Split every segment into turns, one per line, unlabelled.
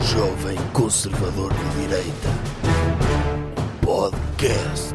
jovem conservador de direita. Podcast.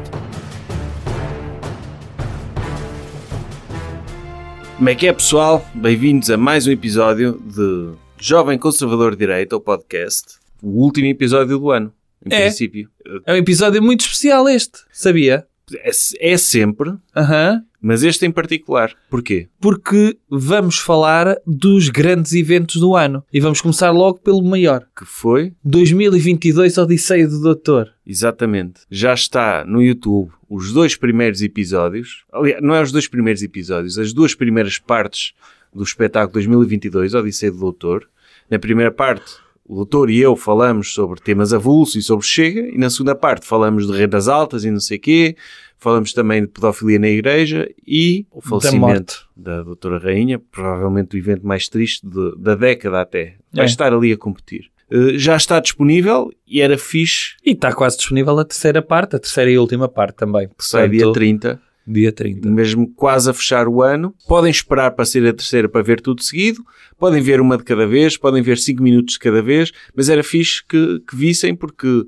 Como é que é, pessoal? Bem-vindos a mais um episódio de Jovem Conservador de Direita, o podcast. O último episódio do ano, em
É.
princípio.
É um episódio muito especial este, sabia?
É, é sempre,
Aham.
mas este em particular. Porquê?
Porque vamos falar dos grandes eventos do ano. E vamos começar logo pelo maior.
Que foi,
2022 Odisseia do Doutor.
exatamente, já está no YouTube os dois primeiros episódios. Aliás, não é os dois primeiros episódios, as duas primeiras partes do espetáculo 2022, Odisseia do Doutor. Na primeira parte, o doutor e eu falamos sobre temas avulsos e sobre Chega, e na segunda parte falamos de rendas altas e não sei quê, falamos também de pedofilia na igreja e o falecimento
morte.
da, doutora Rainha, provavelmente o evento mais triste de- da década até. Vai
É.
estar ali a competir. Eh, já está disponível e era fixe
E está quase disponível a terceira parte, a terceira e última parte também.
que sai dia
Portanto,
30,
Dia 30.
mesmo quase a fechar o ano. Podem esperar para ser a terceira para ver tudo seguido, podem ver uma de cada vez, podem ver 5 minutos de cada vez, mas era fixe que, que vissem, porque,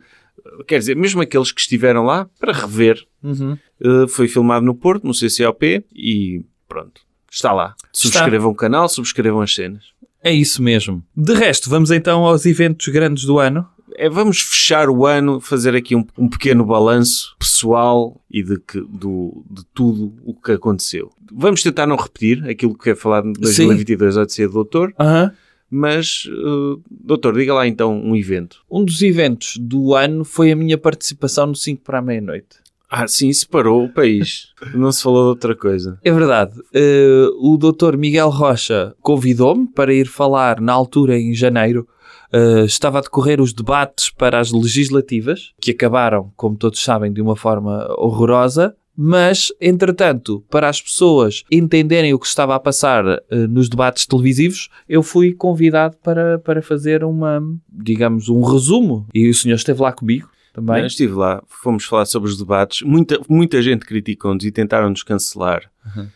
quer dizer, mesmo aqueles que estiveram lá, para rever,
Uhum.
eh, foi filmado no Porto, no CCOP, e pronto, está lá.
Está.
Subscrevam o canal, subscrevam as cenas.
É isso mesmo. De resto, vamos então aos eventos grandes do ano.
É, vamos fechar o ano, fazer aqui um, um pequeno balanço pessoal e de, que, do, de tudo o que aconteceu. Vamos tentar não repetir aquilo que é falado em 2022 Odisseia do Doutor,
Aham.
mas, eh, Doutor, diga lá então um evento.
Um dos eventos do ano foi a minha participação no 5 para a meia-noite.
Ah, sim, separou o país. não se falou de outra coisa.
É verdade. Eh, o Dr. Miguel Rocha convidou-me para ir falar na altura em janeiro. Eh, estava a decorrer os debates para as legislativas, que acabaram, como todos sabem, de uma forma horrorosa. Mas, entretanto, para as pessoas entenderem o que estava a passar eh, nos debates televisivos, eu fui convidado para, para fazer uma, digamos, um resumo. E o senhor esteve lá comigo também.
Eu estive lá, fomos falar sobre os debates. Muita, muita gente criticou-nos e tentaram-nos cancelar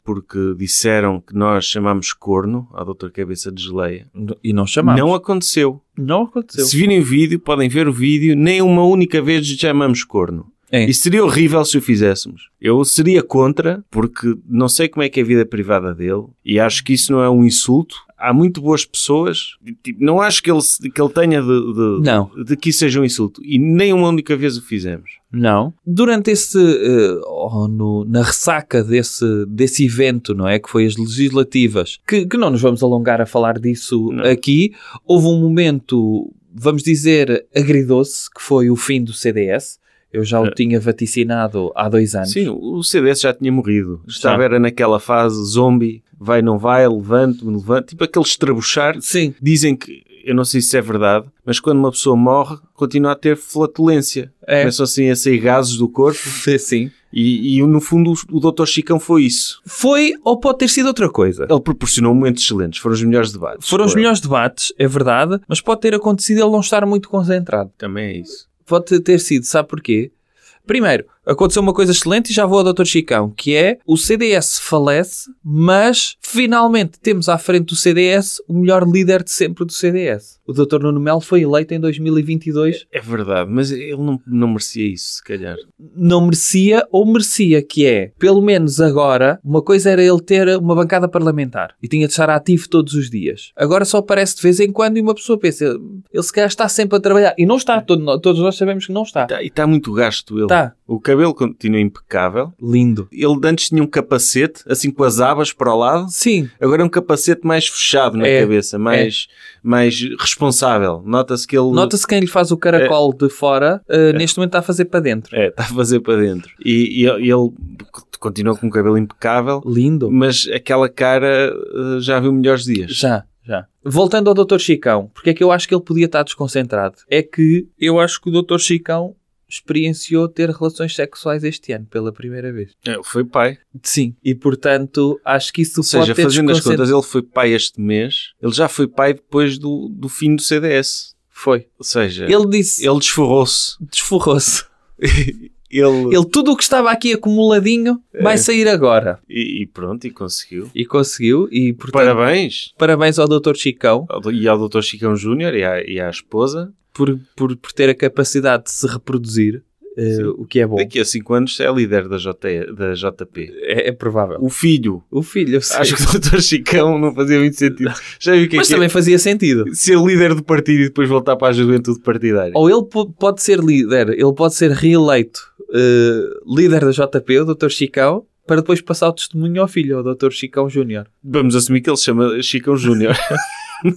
porque disseram que nós chamámos corno ao Doutor Cabeça de Geleia.
E não chamámos.
Não aconteceu.
Não aconteceu.
Se virem o vídeo, podem ver o vídeo, nem uma única vez lhe chamamos corno.
É.
Isso seria horrível se o fizéssemos. Eu seria contra, porque não sei como é que é a vida privada dele e acho que isso não é um insulto. Há muito boas pessoas, e, tipo, não acho que ele, se- que ele tenha de, de-
Não.
de que isso seja um insulto. E nem uma única vez o fizemos.
Não. Durante esse. eh, ou no- na ressaca desse, desse evento, não é? Que foi as legislativas, que, que não nos vamos alongar a falar disso
Não.
aqui, houve um momento, vamos dizer, agridoce, que foi o fim do CDS. Eu já o tinha vaticinado há dois anos.
É. Sim, o CDS já tinha morrido. Estava
Já.
era naquela fase zombie, vai, não vai, levante, me levante, tipo aquele estrabuchar
Sim.
Dizem que, eu não sei se é verdade, mas quando uma pessoa morre, continua a ter flatulência.
É.
Começam assim a sair gases do corpo.
Sim,
assim.
sim.
E, e, no fundo, o Dr. Chicão foi isso.
Foi ou pode ter sido outra coisa?
Ele proporcionou momentos excelentes. Foram os melhores debates.
Foram os melhores debates, é verdade, mas pode ter acontecido ele não estar muito concentrado.
Também é isso.
pode ter sido, sabe porquê? Primeiro, aconteceu uma coisa excelente e já vou ao Dr. Chicão, que é o CDS falece, mas finalmente temos à frente do CDS o melhor líder de sempre do CDS. O Dr. Nuno Melo foi eleito em 2022,
É verdade, mas ele não, não merecia isso, se calhar.
não merecia ou merecia, que é, pelo menos agora, uma coisa era ele ter uma bancada parlamentar e tinha de estar ativo todos os dias. Agora só aparece de vez em quando e uma pessoa pensa, ele se calhar está sempre a trabalhar. E não está, todo- todos nós sabemos que não está. Tá.
Tá- e está muito gasto ele.
Está.
O cabelo continua impecável.
Lindo.
Ele antes tinha um capacete, assim com as abas para o lado.
Sim,
Agora é um capacete mais fechado na
É,
cabeça, mais, mais responsável. Nota-se que ele
Nota-se quem lhe faz o caracol de fora, eh, neste momento está a fazer para dentro.
É, está a fazer para dentro. E, e ele- ele continua com o cabelo impecável,
Lindo.
mas aquela cara eh, já viu melhores dias.
Já, já. Voltando ao Dr. Chicão, porque é que eu acho que ele podia estar desconcentrado? É que eu acho que o Dr. Chicão experienciou ter relações sexuais este ano pela primeira vez.
É, Foi pai.
Sim. E portanto, acho que isso
Ou seja,
pode ter
fazendo as
desconcentrado.
contas, ele foi pai este mês. Ele já foi pai depois do, do fim do CDS.
Foi.
Ou seja, ele,
Ele disse,
desforrou-se.
desforrou-se.
Ele,
Ele tudo o que estava aqui acumuladinho
É.
vai sair agora.
E, e pronto, e conseguiu.
E conseguiu e portanto,
Parabéns
parabéns ao Dr. Chicão.
ao do- e ao Dr. Chicão Júnior e, à- e à esposa.
por, por, por ter a capacidade de se reproduzir, eh, o que é bom.
Daqui a 5 anos é líder da, JT da JP.
É, é provável.
O filho.
O filho, eu sei.
Acho que o Dr. Chicão não fazia muito sentido. Já vi o que é
Mas
que é
também fazia sentido.
ser líder do partido e depois voltar para a juventude partidária.
Ou ele po- pode ser líder, ele pode ser reeleito eh, líder da JP, o Dr. Chicão, para depois passar o testemunho ao filho, ao Dr. Chicão Júnior.
Vamos assumir que ele se chama Chicão Júnior.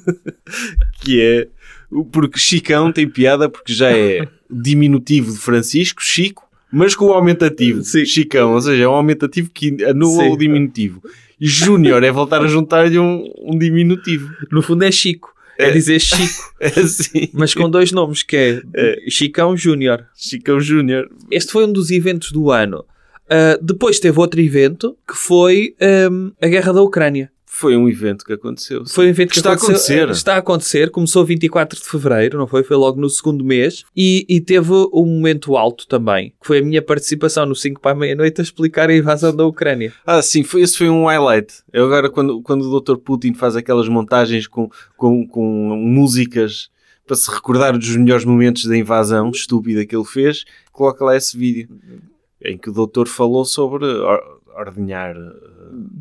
que é. o- Porque Chicão tem piada porque já é diminutivo de Francisco, Chico, mas com o aumentativo.
Sim.
Chicão, ou seja, é um aumentativo que anula
Sim.
o diminutivo. E Júnior é voltar a juntar-lhe um, um diminutivo.
No fundo é Chico. É,
É.
dizer Chico,
É assim.
mas com dois nomes, que é, Chicão Júnior.
Chicão Júnior.
Este foi um dos eventos do ano. Ah, depois teve outro evento, que foi ahm, a Guerra da Ucrânia.
Foi um evento que aconteceu.
Foi um evento que
Está a
aconteceu-
acontecer.
Está a acontecer. Começou 24 de fevereiro, não foi? Foi logo no segundo mês. E, e teve um momento alto também, que foi a minha participação no 5 para a meia-noite a explicar a invasão da Ucrânia.
Ah, sim, foi, esse foi um highlight. Eu agora, quando, quando o Dr. Putin faz aquelas montagens com, com, com músicas para se recordar dos melhores momentos da invasão estúpida que ele fez, coloca lá esse vídeo em que o doutor falou sobre or- ordenhar. eh,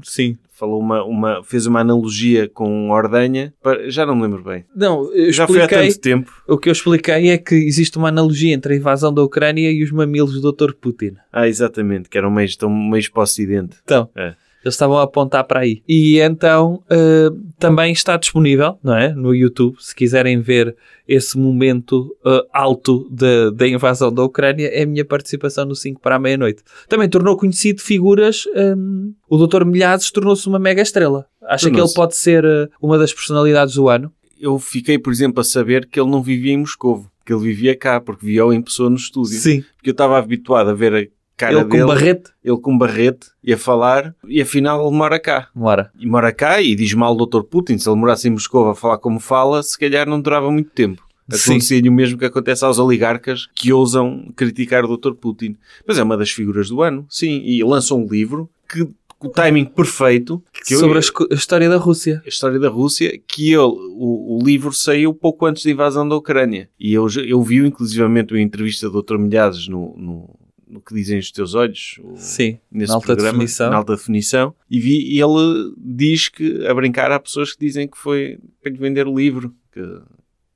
Sim.
Falou uma, uma, fez uma analogia com ordenha. para- já não me lembro bem.
Não, eu
Já foi há
expliquei,
tanto tempo.
o que eu expliquei é que existe uma analogia entre a invasão da Ucrânia e os mamilos do Dr. Putin.
Ah, exatamente, que eram meios, estão meios um para o Ocidente.
Então,
É.
eles estavam a apontar para aí. E então eh, também está disponível não é? no YouTube, se quiserem ver esse momento eh, alto da da invasão da Ucrânia, é a minha participação no 5 para a meia-noite. Também tornou conhecido figuras. ehm, o Dr. Milhazes tornou-se uma mega estrela. Acha que ele
Tornou-se.
pode ser eh, uma das personalidades do ano?
Eu fiquei, por exemplo, a saber que ele não vivia em Moscovo, que ele vivia cá, porque via-o em pessoa no estúdio. porque eu estava habituado a ver a cara
Ele
dele,
com barrete.
ele com barrete e a falar, e afinal ele mora cá.
Mora.
E mora cá e diz mal o Dr. Putin, se ele morasse em Moscou a falar como fala, se calhar não durava muito tempo.
Sim.
Acontecia-lhe o mesmo que acontece aos oligarcas que ousam criticar o Dr. Putin. Mas é uma das figuras do ano, sim, e lançou um livro que com o timing perfeito que eu-
Sobre a esco- a história da Rússia.
a história da Rússia, que ele, o, o livro saiu pouco antes da invasão da Ucrânia. E eu, já- eu vi inclusivamente uma entrevista do Dr. Milhazes no, no, no que dizem os teus olhos, o-
Sim.
nesse
na alta
programa,
definição.
na alta definição, e vi, e ele diz que, a brincar, há pessoas que dizem que foi para lhe vender o livro, que,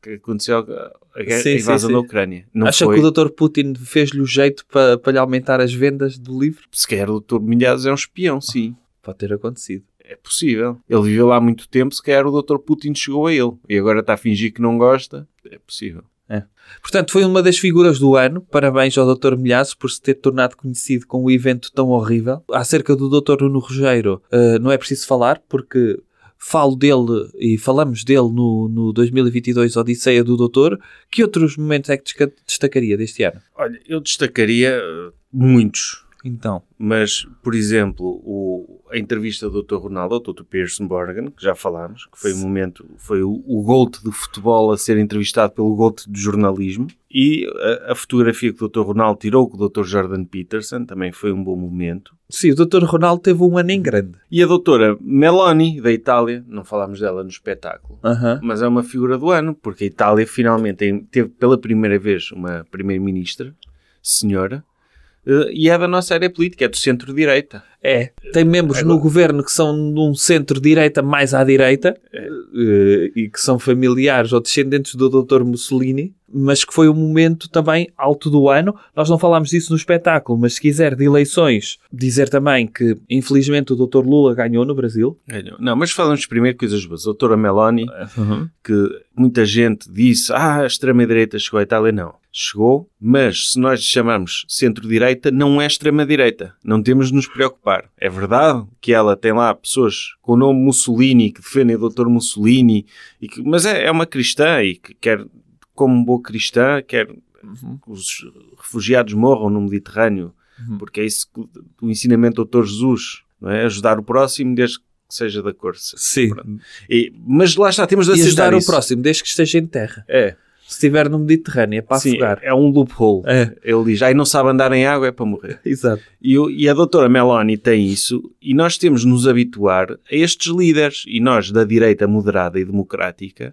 que aconteceu a, a guerra-
Sim,
a
sim,
invasão
sim.
da Ucrânia. Não
Acha
foi.
que o Dr. Putin fez-lhe o jeito para, para lhe aumentar as vendas do livro?
Se calhar o Dr. Milhazes é um espião,
Ah.
sim.
Pode ter acontecido.
É possível. Ele viveu lá há muito tempo, se calhar o Dr. Putin chegou a ele. E agora está a fingir que não gosta. É possível.
Portanto, foi uma das figuras do ano. Parabéns ao Dr. Milhaço por se ter tornado conhecido com um evento tão horrível. Acerca do Dr. Nuno Rogério, eh, não é preciso falar, porque falo dele e falamos dele no, no 2022 Odisseia do Doutor. Que outros momentos é que desca- destacaria deste ano?
Olha, eu destacaria eh, muitos,
Então,
mas, por exemplo, o- a entrevista do Dr. Ronaldo, ao Dr. Pearson Morgan, que já falámos, que foi o
Sim.
momento, foi o, o GOAT do futebol a ser entrevistado pelo GOAT do jornalismo, e a, a fotografia que o Dr. Ronaldo tirou com o Dr. Jordan Peterson também foi um bom momento.
sim, o Dr. Ronaldo teve um ano em grande.
E a doutora Meloni, da Itália, não falámos dela no espetáculo, mas é uma figura do ano, porque a Itália finalmente tem- teve pela primeira vez uma primeira-ministra, senhora, eh, e é da nossa área política, é do centro-direita.
É. Tem membros no governo que são num centro-direita mais à direita
É.
eh, e que são familiares ou descendentes do Dr. Mussolini, mas que foi um momento também alto do ano. Nós não falámos disso no espetáculo, mas se quiser de eleições, dizer também que infelizmente o Dr. Lula ganhou no Brasil.
Não, mas falamos primeiro de coisas boas. A doutora Meloni, Uhum. que muita gente disse, ah, a extrema-direita chegou à Itália. Não, chegou, mas se nós lhe chamarmos centro-direita, não é extrema-direita. Não temos de nos preocupar. É verdade que ela tem lá pessoas com o nome Mussolini, que defendem o Dr. Mussolini, e que- mas é, é uma cristã e que quer, como boa cristã, quer que os refugiados morram no Mediterrâneo,
Uhum.
porque é isso que o- o ensinamento do Doutor Jesus, não é? Ajudar o próximo desde que seja da cor.
Sim.
E- mas lá está, temos de
E
aceitar
ajudar o
isso.
próximo, desde que esteja em terra.
É,
Se estiver no Mediterrâneo, é para
sim,
afogar.
é é um loophole.
É,
Ele diz, ai, não sabe andar em água, é para morrer.
exato.
E, o- e a doutora Meloni tem isso, e nós temos de nos habituar a estes líderes, e nós da direita moderada e democrática,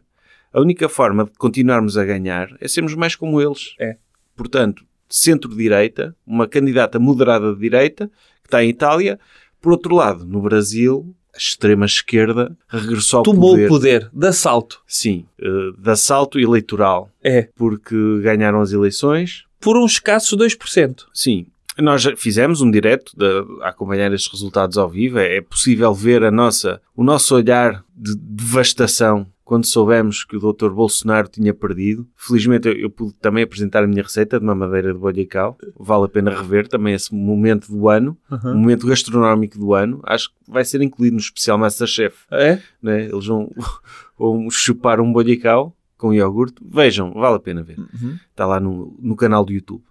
A única forma de continuarmos a ganhar é sermos mais como eles.
É.
Portanto, centro-direita, uma candidata moderada de direita, que está em Itália. Por outro lado, no Brasil, a extrema-esquerda regressou ao
Tomou
poder.
o poder de assalto.
Sim, eh, de assalto eleitoral,
É.
porque ganharam as eleições.
Por uns escassos 2%.
Sim, nós já fizemos um direto de- a acompanhar estes resultados ao vivo. É é possível ver a nossa, o nosso olhar de devastação quando soubemos que o Dr. Bolsonaro tinha perdido. Felizmente eu, eu pude também apresentar a minha receita de mamadeira de bolhacau. Vale a pena rever também esse momento do ano, o momento gastronómico do ano. Acho que vai ser incluído no especial Masterchef
É?
né? Eles vão, vão chupar um bolhacau com iogurte. Vejam, vale a pena ver. Está Tá lá no, no canal do YouTube.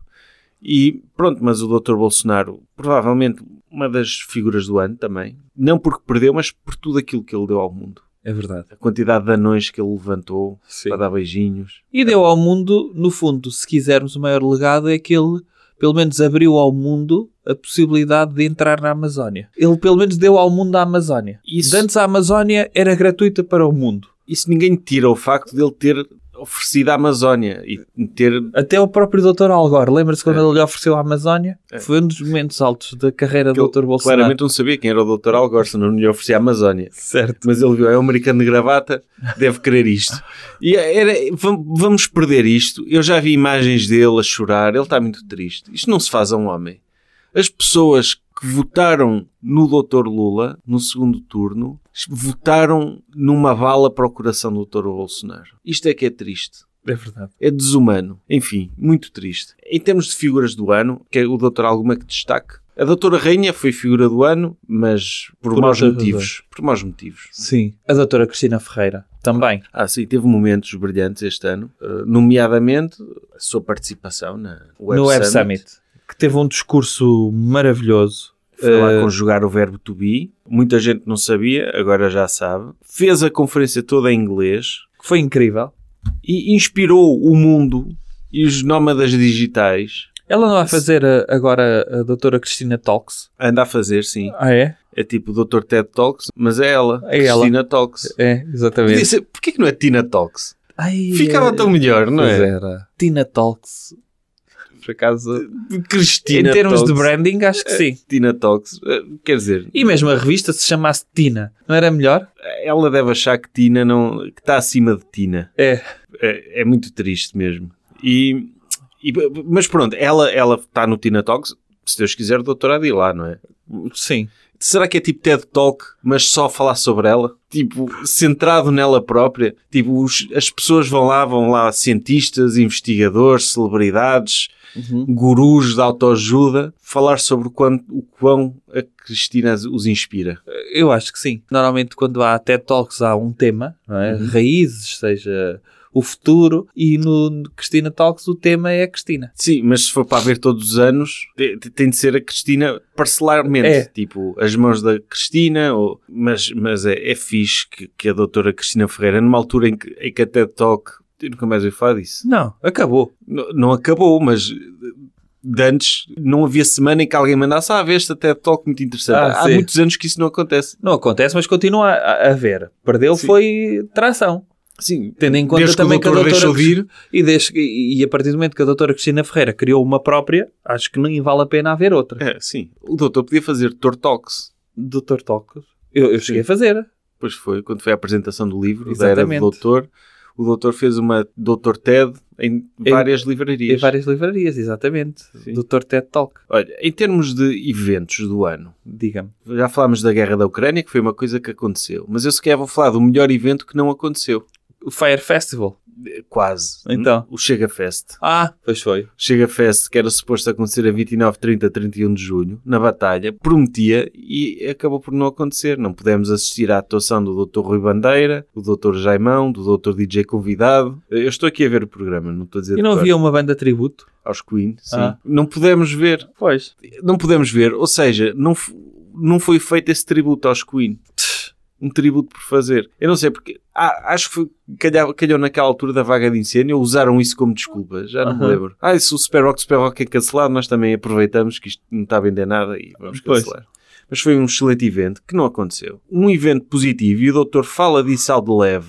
E pronto, mas o Dr. Bolsonaro, provavelmente uma das figuras do ano também. Não porque perdeu, mas por tudo aquilo que ele deu ao mundo.
É verdade.
A quantidade de anões que ele levantou
Sim.
para dar beijinhos.
E deu ao mundo, no fundo, se quisermos, o maior legado é que ele, pelo menos, abriu ao mundo a possibilidade de entrar na Amazónia. Ele, pelo menos, deu ao mundo a Amazónia.
Isso.
De Antes, a Amazónia era gratuita para o mundo.
Isso ninguém tira o facto dele ter oferecido a Amazónia e ter
Até o próprio Dr. Algor, lembra-se quando ele lhe ofereceu a Amazónia?
É.
Foi um dos momentos altos da carreira
que
do
ele
Dr. Bolsonaro.
Claramente não sabia quem era o Dr. Algorson, não lhe oferecia a Amazónia. Certo. Mas ele viu, é um americano de gravata, deve querer isto. E era, vam- vamos perder isto. Eu já vi imagens dele a chorar, ele está muito triste. Isto não se faz a um homem. As pessoas que votaram no Dr. Lula, no segundo turno, votaram numa bala para o coração do Dr. Bolsonaro. Isto é que é triste.
É verdade.
É desumano. Enfim, muito triste. Em termos de figuras do ano, que é o doutor alguma que destaque? A doutora Rainha foi figura do ano, mas por,
Por
maus
outras
motivos. Por maus motivos.
Sim. A Dra. Cristina Ferreira também.
Ah, sim, teve momentos brilhantes este ano, eh, nomeadamente a sua participação na Web
no Web
Summit.
Summit. que teve um discurso maravilhoso.
Foi lá
Eh,
conjugar o verbo to be. Muita gente não sabia, agora já sabe. Fez a conferência toda em inglês
que foi incrível.
e inspirou o mundo e os nómadas digitais.
Ela não vai fazer eh, agora a Dra. Cristina Talks?
Anda a fazer, sim.
Ah, é?
É tipo o Dr. Ted Talks, mas é ela,
É ela.
Cristina Talks.
É,
Podia
exatamente.
ser- Porquê que não é Tina Talks?
Ai,
Ficava
eh,
tão melhor, não
pois
é?
era. Tina Talks. Por acaso,
Cristina
em termos
Talks. É.
de branding, acho que sim.
Tina Talks. Eh, Quer dizer,
E mesmo a revista se chamasse Tina, não era melhor?
ela deve achar que Tina não... que está acima de Tina.
É.
É, é muito triste mesmo. E, e- mas pronto, ela, ela está no Tina Talks, se Deus quiser, doutorado e lá, não é?
Sim.
Será que é tipo TED Talk, mas só falar sobre ela? Tipo, centrado nela própria? Tipo, os- as pessoas vão lá, vão lá cientistas, investigadores, celebridades, Uhum. gurus de autoajuda, falar sobre o quão, o quão a Cristina os inspira.
Eu acho que sim. Normalmente, quando há TED Talks, há um tema, não
Uhum.
é? raízes, seja o futuro, e no no Cristina Talks o tema é a Cristina.
Sim, mas se for para ver todos os anos, te- te- tem de ser a Cristina parcelarmente.
É.
Tipo, as mãos da Cristina, ou, mas, mas é, é fixe que, que a doutora Cristina Ferreira, numa altura em que, em que a TED Talk, eu nunca mais ouvi falar disso,
Não, acabou.
N- não acabou, mas eh, de antes não havia semana em que alguém mandasse, ah, vê esta TED Talk muito interessante.
Ah,
Há
sim.
muitos anos que isso não acontece.
Não acontece, mas continua a, a haver. Perdeu
Sim.
foi tração.
Sim,
Tendo em conta
Desde que o
também que,
doutor
a doutora...
deixou de ir.
E, desde, que- e a partir do momento que a doutora Cristina Ferreira criou uma própria, acho que nem vale a pena haver outra.
é, sim. O doutor podia fazer Tortox.
Doutor Tocos. Eu, eu cheguei a fazer.
Pois foi, quando foi a apresentação do livro da era
Exatamente.
do doutor, o doutor fez uma Doutor TED em
Em-
várias
Em
livrarias.
várias livrarias, exatamente.
Sim.
Doutor TED Talk,
Olha, em termos de eventos do ano,
diga-me.
já falámos da guerra da Ucrânia, que foi uma coisa que aconteceu, mas eu sequer vou falar do melhor evento que não aconteceu.
O Fire Festival.
Eh, Quase.
Então.
O Chega Fest.
Ah, pois foi.
Chega Fest, que era suposto acontecer a 29, 30, 31 de julho, na batalha, prometia e acabou por não acontecer. Não pudemos assistir à atuação do Dr. Rui Bandeira, do Dr. Jaimão, do Dr. DJ convidado. Eu estou aqui a ver o programa, não estou a dizer
E
de
não
cor.
havia uma banda tributo?
aos Queen, sim.
Ah.
Não pudemos ver,
Pois.
não pudemos ver, ou seja, não, f- não foi feito esse tributo aos Queen. Um tributo por fazer. Eu não sei porque. Ah, acho que foi- calhou, calhou naquela altura da vaga de incêndio ou usaram isso como desculpa. Já não me
Aham.
lembro. Ah, isso o Super Rock, Super Rock é cancelado. Nós também aproveitamos que isto não está a vender nada e vamos
Pois.
cancelar. Mas foi um excelente evento que não aconteceu. Um evento positivo e o doutor fala disso ao de leve.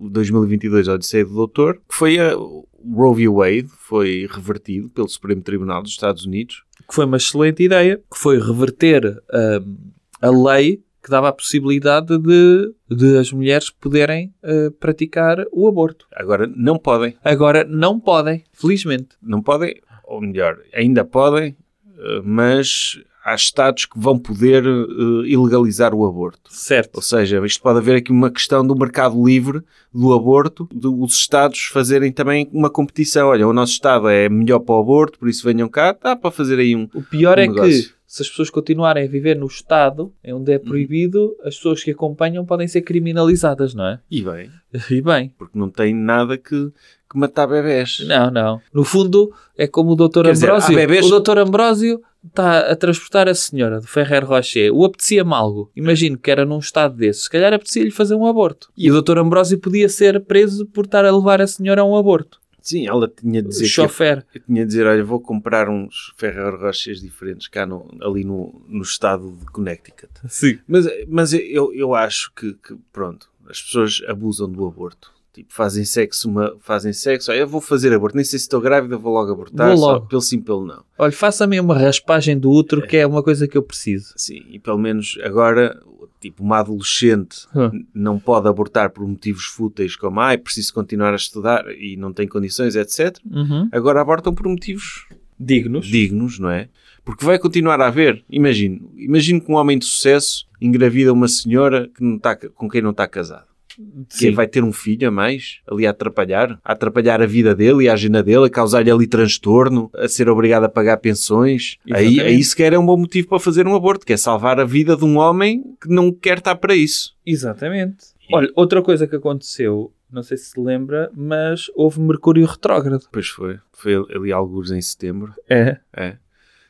no 2022 Odisseia do Doutor, que foi a Roe v. Wade, foi revertido pelo Supremo Tribunal dos Estados Unidos.
que foi uma excelente ideia, que foi reverter hum, a lei que dava a possibilidade de, de as mulheres poderem eh, praticar o aborto.
Agora não podem,
Agora não podem, felizmente.
não podem, ou melhor, ainda podem, eh, mas há estados que vão poder eh, ilegalizar o aborto.
Certo.
Ou seja, isto pode haver aqui uma questão do mercado livre do aborto, dos Estados fazerem também uma competição. Olha, o nosso Estado é melhor para o aborto, por isso venham cá, dá para fazer aí um.
O pior
Um
é
negócio. Uhum.
que se as pessoas continuarem a viver no Estado, em onde é proibido, as pessoas que acompanham podem ser criminalizadas, não é?
E bem,
E bem,
porque não tem nada que, que matar bebés.
não, não. No fundo, é como o Dr.
Quer dizer, há
Ambrósio.
bebês-
O Dr. Ambrósio está a transportar a senhora do Ferrer Rocher. O apetecia-me algo. Imagino que era num estado desse. Se calhar apetecia-lhe fazer um aborto. E o Dr. Ambrósio podia ser preso por estar a levar a senhora a um aborto.
Sim, ela tinha de
O
dizer que é.
chofer.
eu tinha de dizer, olha, vou comprar uns Ferrero Rochers diferentes cá no- ali no, no estado de Connecticut.
Sim.
Mas, mas eu, eu acho que, que, pronto, as pessoas abusam do aborto. Tipo, fazem sexo, uma, fazem sexo, olha, eu vou fazer aborto, nem sei se estou grávida, vou logo abortar,
Vou
só
logo.
pelo sim, pelo não.
Olha, faça-me uma raspagem do útero que é uma coisa que eu preciso.
Sim, e pelo menos agora, tipo, uma adolescente
Hum.
n- não pode abortar por motivos fúteis como, ai, preciso continuar a estudar e não tem condições, etc.
Uhum.
Agora abortam por motivos
Dignos.
dignos, não é? Porque vai continuar a haver, imagino, imagino que um homem de sucesso engravida uma senhora que não está, ca- com quem não está casado. Que
Sim.
vai ter um filho a mais, ali a atrapalhar, a atrapalhar a vida dele e a agenda dele, a causar-lhe ali transtorno, a ser obrigado a pagar pensões. Aí,
Exatamente.
aí sequer é um bom motivo para fazer um aborto, que é salvar a vida de um homem que não quer estar para isso.
Exatamente. Olha, outra coisa que aconteceu, não sei se se lembra, mas houve Mercúrio retrógrado.
Pois foi, foi ali alguns em setembro.
É.
É.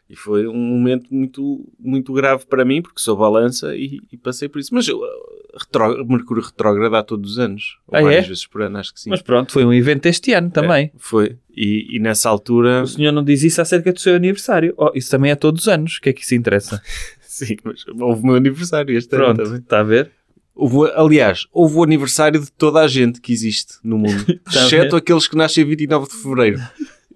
E foi um momento muito, muito grave para mim, porque sou balança e, e passei por isso. Mas eu, uh, retró- Mercúrio retrógrado há todos os anos, ou
Ah, é?
várias vezes por ano, acho que sim.
Mas pronto, foi um evento este ano também.
É, foi. E, e nessa altura.
O senhor não diz isso acerca do seu aniversário. Oh, isso também é todos os anos. O que é que isso interessa?
Sim, mas houve o
um
meu aniversário este ano
Pronto,
também.
está a ver?
Houve, aliás, houve o aniversário de toda a gente que existe no mundo,
a
exceto
ver?
aqueles que nascem 29 de fevereiro.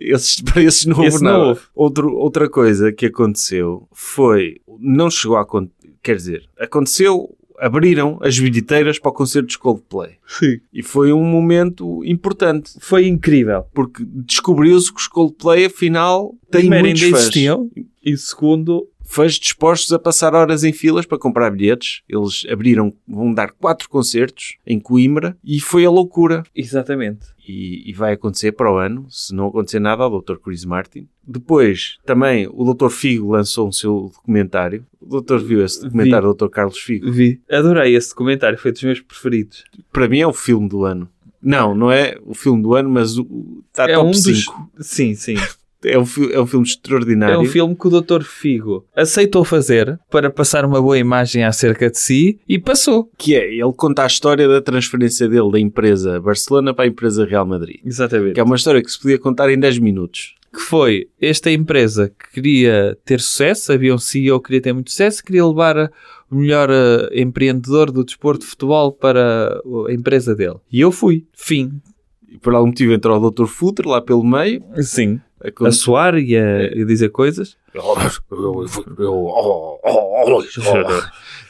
Esses, para esses não houve
Esse não
nada.
houve.
Outro, outra coisa que aconteceu foi. Não chegou a acontecer. Quer dizer, aconteceu. Abriram as bilheteiras para o concerto de Coldplay.
Sim.
E foi um momento importante,
Foi incrível.
porque descobriu-se que os Coldplay, afinal, têm
Primeiro,
muitos
ainda
fãs
existiam. E segundo,
fãs dispostos a passar horas em filas para comprar bilhetes. Eles abriram, vão dar quatro concertos em Coimbra e foi a loucura.
exatamente.
E, e vai acontecer para o ano, se não acontecer nada, ao Dr. Chris Martin. Depois, também, o Dr. Figo lançou o seu documentário. O doutor viu esse documentário, do Dr. Carlos Figo.
Vi. Adorei esse comentário. Foi dos meus preferidos.
Para mim é o filme do ano. Não, não é o filme do ano, mas o- o, está
é
top
um dos-
5.
Sim, sim.
É, um, fi- é um filme extraordinário.
É um filme que o Dr. Figo aceitou fazer para passar uma boa imagem acerca de si e passou.
Que é, ele conta a história da transferência dele da empresa Barcelona para a empresa Real Madrid. Que
Exatamente.
é uma história que se podia contar em 10 minutos.
Que foi esta empresa que queria ter sucesso, havia um CEO que queria ter muito sucesso, queria levar a- o melhor eh, empreendedor do desporto de futebol para o- a empresa dele. E eu fui. Fim.
E por algum motivo entrou o Dr. Futre lá pelo meio.
Sim.
a con-
A soar e a, e a dizer coisas.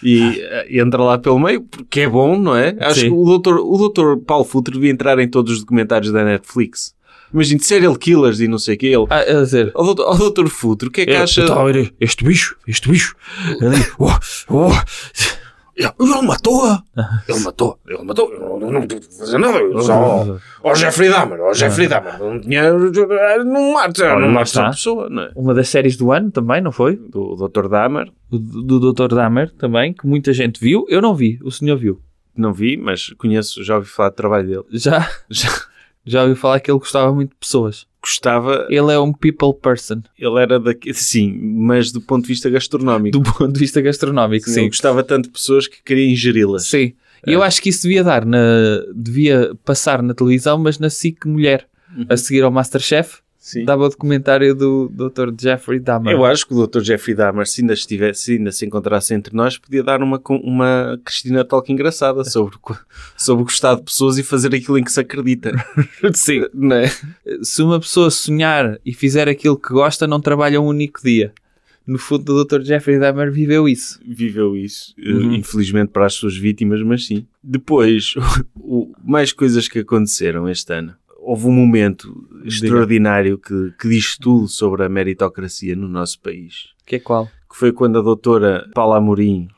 E eh, entra lá pelo meio, porque é bom, não é? Acho
Sim.
que o Dr. O Dr. Paulo Futre devia entrar em todos os documentários da Netflix. Imagina, serial killers e não sei o que. Ele,
Ah, a dizer...
ó Dr. ó, Dr. Futre, o que é que
"Eu-
acha?
eu estava a ver então, Este bicho, este bicho. Ali, oh, oh.
Ele matou-a. Ele matou. Ele matou. Eu não, não pude fazer nada. Eu só... Ó Jeffrey Dahmer. Ó Jeffrey Dahmer. Não tinha... Não mata.
Olha,
Não
lá
mata.
está
está.
a pessoa, não é?
Uma das séries do ano também, não foi?
Do Dr. Dahmer.
O do do Dr. Dahmer também, que muita gente viu. Eu não vi, o senhor viu.
Não vi, mas conheço, já ouvi falar do trabalho dele.
Já,
Já.
já, ouviu falar que ele gostava muito de pessoas.
Gostava,
Ele é um people person,
ele era daqui, sim, mas do ponto de vista gastronómico.
do ponto de vista gastronómico,
Ele
sim.
gostava tanto de pessoas que queria ingeri-las.
Sim. E eu acho que isso devia dar na... devia passar na televisão, mas na SIC Mulher, a seguir ao Masterchef.
Sim.
dava o documentário do Dr. Jeffrey Dahmer.
Eu acho que o Dr. Jeffrey Dahmer, se ainda, estivesse, se ainda se encontrasse entre nós, podia dar uma, con- uma Cristina Talk engraçada sobre, co- sobre gostar de pessoas e fazer aquilo em que se acredita. Sim. Não é?
Se uma pessoa sonhar e fizer aquilo que gosta, não trabalha um único dia. No fundo, o Dr. Jeffrey Dahmer viveu isso.
Viveu isso, eh,
Uhum.
infelizmente para as suas vítimas, mas sim. Depois, o- mais coisas que aconteceram este ano. Houve um momento extraordinário que, que diz tudo sobre a meritocracia no nosso país.
Que é qual?
Que foi quando a doutora Paula Amorim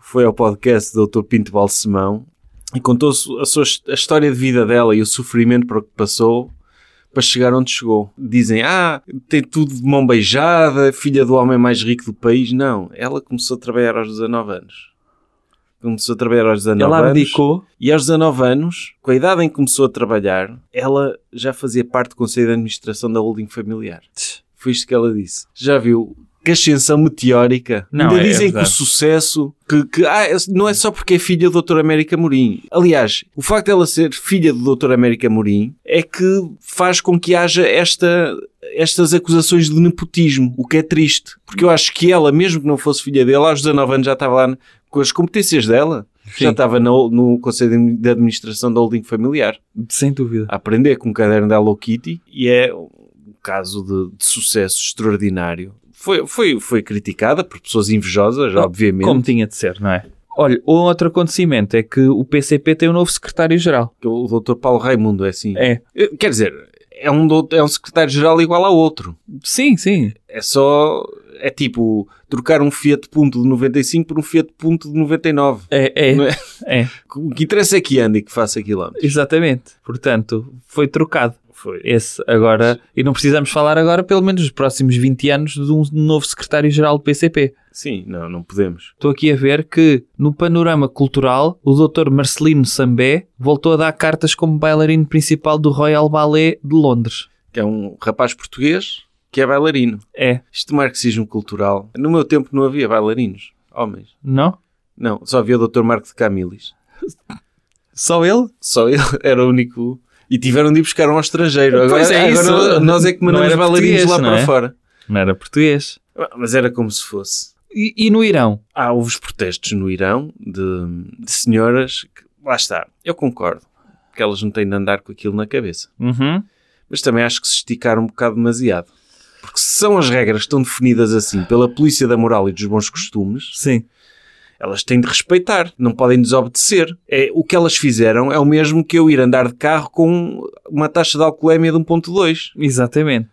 foi ao podcast do Dr. Pinto Balsemão e contou a, sua, a história de vida dela e o sofrimento por que passou para chegar onde chegou. Dizem, ah, tem tudo de mão beijada, filha do homem mais rico do país. Não, ela começou a trabalhar aos 19 anos. Começou a trabalhar aos 19
Ela
anos.
abdicou.
E aos 19 anos, com a idade em que começou a trabalhar, ela já fazia parte do Conselho de Administração da Holding Familiar. Foi isto que ela disse. Já viu? Que ascensão meteórica.
Não,
Ainda
é
dizem que o
verdade.
sucesso. Que, que- ah, é- não é só porque é filha do Dr. América Morim. Aliás, o facto dela ser filha do Dr. América Morim é que faz com que haja esta, estas acusações de nepotismo, o que é triste. Porque eu acho que ela, mesmo que não fosse filha dele, aos 19 anos já estava lá n- com as competências dela. Já
Sim.
estava no, no Conselho de Administração da Holding Familiar
Sem dúvida.
a aprender com o caderno da Hello Kitty e é um caso de, de sucesso extraordinário. Foi, foi, foi criticada por pessoas invejosas,
Ah,
obviamente.
Como tinha de ser, não é? Olha, um outro acontecimento é que o PCP tem um novo secretário-geral.
O Dr. Paulo Raimundo é assim.
É.
Eh, Quer dizer, é um, doutor- é um secretário-geral igual a outro.
Sim, sim.
É só. É tipo trocar um Fiat Punto de 95 por um Fiat Punto de 99.
É, é,
Não é?
é.
O que interessa é que ande e que faça quilómetros.
Exatamente. Portanto, foi trocado
Foi.
esse agora. E não precisamos falar agora, pelo menos nos próximos 20 anos, de um novo secretário-geral do PCP.
Sim, não, não podemos.
Estou aqui a ver que, no panorama cultural, o Dr. Marcelino Sambé voltou a dar cartas como bailarino principal do Royal Ballet de Londres.
Que é um rapaz português que é bailarino.
É,
Isto de marxismo cultural. No meu tempo não havia bailarinos, homens.
não?
Não, só havia o Dr. Marco de Camilis.
Só ele?
Só ele era o único. E tiveram de ir buscar um ao estrangeiro. Agora,
Pois é,
agora
isso.
nós é que
Não
mandamos
era
bailarinos
português,
lá
não
para
é?
fora.
Não era português.
Mas era como se fosse.
E, e no Irão?
Há houve os protestos no Irão de, de senhoras que, lá está, eu concordo, que elas não têm de andar com aquilo na cabeça.
Uhum.
Mas também acho que se esticaram um bocado demasiado. Porque se são as regras que estão definidas assim pela polícia da moral e dos bons costumes,
Sim.
Elas têm de respeitar, não podem desobedecer. É, o que elas fizeram é o mesmo que eu ir andar de carro com uma taxa de alcoolemia de 1.2.
Exatamente.